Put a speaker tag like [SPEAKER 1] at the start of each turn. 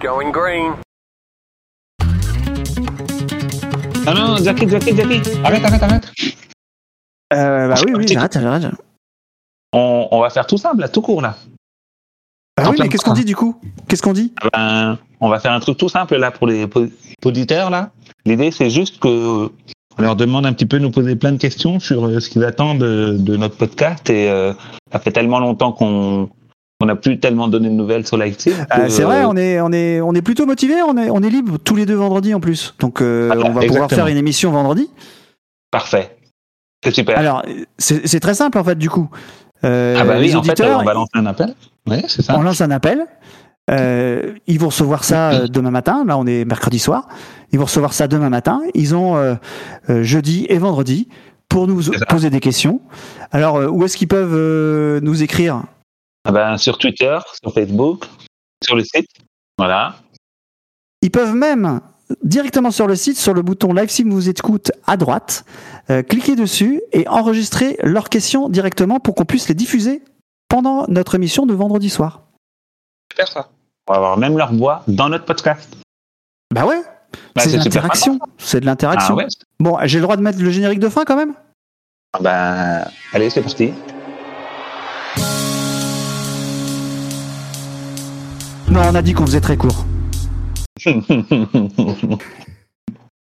[SPEAKER 1] Going green.
[SPEAKER 2] Ah non, Zaki, Zaki, Zaki. Arrête, arrête, arrête.
[SPEAKER 3] Euh, bah oui, oui, j'arrête, j'arrête. j'arrête.
[SPEAKER 2] On, on va faire tout simple, là, tout court, là.
[SPEAKER 3] Ah oui,
[SPEAKER 2] plein
[SPEAKER 3] mais qu'est-ce qu'on dit du coup Qu'est-ce qu'on dit
[SPEAKER 2] Ah ben, on va faire un truc tout simple, là, pour les po- auditeurs, là. L'idée, c'est juste que euh, on leur demande un petit peu de nous poser plein de questions sur euh, ce qu'ils attendent de, de notre podcast. Et euh, ça fait tellement longtemps qu'on qu'on n'a plus tellement donné de nouvelles sur l'active.
[SPEAKER 3] Euh, C'est vrai, on est, on est, on est plutôt motivé, on est, on est libre tous les deux vendredis en plus. Donc euh,
[SPEAKER 2] Voilà,
[SPEAKER 3] on va pouvoir
[SPEAKER 2] Ah bah, exactement.
[SPEAKER 3] faire une émission vendredi.
[SPEAKER 2] Parfait. C'est super.
[SPEAKER 3] Alors c'est c'est très simple en fait du coup. Euh,
[SPEAKER 2] ah bah oui,
[SPEAKER 3] les
[SPEAKER 2] en fait, euh,
[SPEAKER 3] auditeurs,
[SPEAKER 2] on va lancer un appel. Oui, c'est ça.
[SPEAKER 3] on lance un appel. Euh, ils vont recevoir ça euh, demain matin. Là, on est mercredi soir. Ils vont recevoir ça demain matin. Ils ont euh, euh, jeudi et vendredi pour nous
[SPEAKER 2] ça.
[SPEAKER 3] poser des questions. Alors, euh, où est-ce qu'ils peuvent euh, nous écrire
[SPEAKER 2] Ah ben, sur Twitter, sur Facebook, sur le site. Voilà.
[SPEAKER 3] Ils peuvent même directement sur le site, sur le bouton Live Sim vous écoute à droite, euh, cliquer dessus et enregistrer leurs questions directement pour qu'on puisse les diffuser pendant notre émission de vendredi soir.
[SPEAKER 2] Super ça. On va avoir même leur voix dans notre podcast.
[SPEAKER 3] Bah ouais,
[SPEAKER 2] Bah,
[SPEAKER 3] c'est de
[SPEAKER 2] super
[SPEAKER 3] l'interaction. C'est de l'interaction.
[SPEAKER 2] Ah ouais.
[SPEAKER 3] Bon, j'ai le droit de mettre le générique de fin quand même
[SPEAKER 2] Ah Ben, allez, c'est parti.
[SPEAKER 3] Non, on a dit qu'on faisait très court.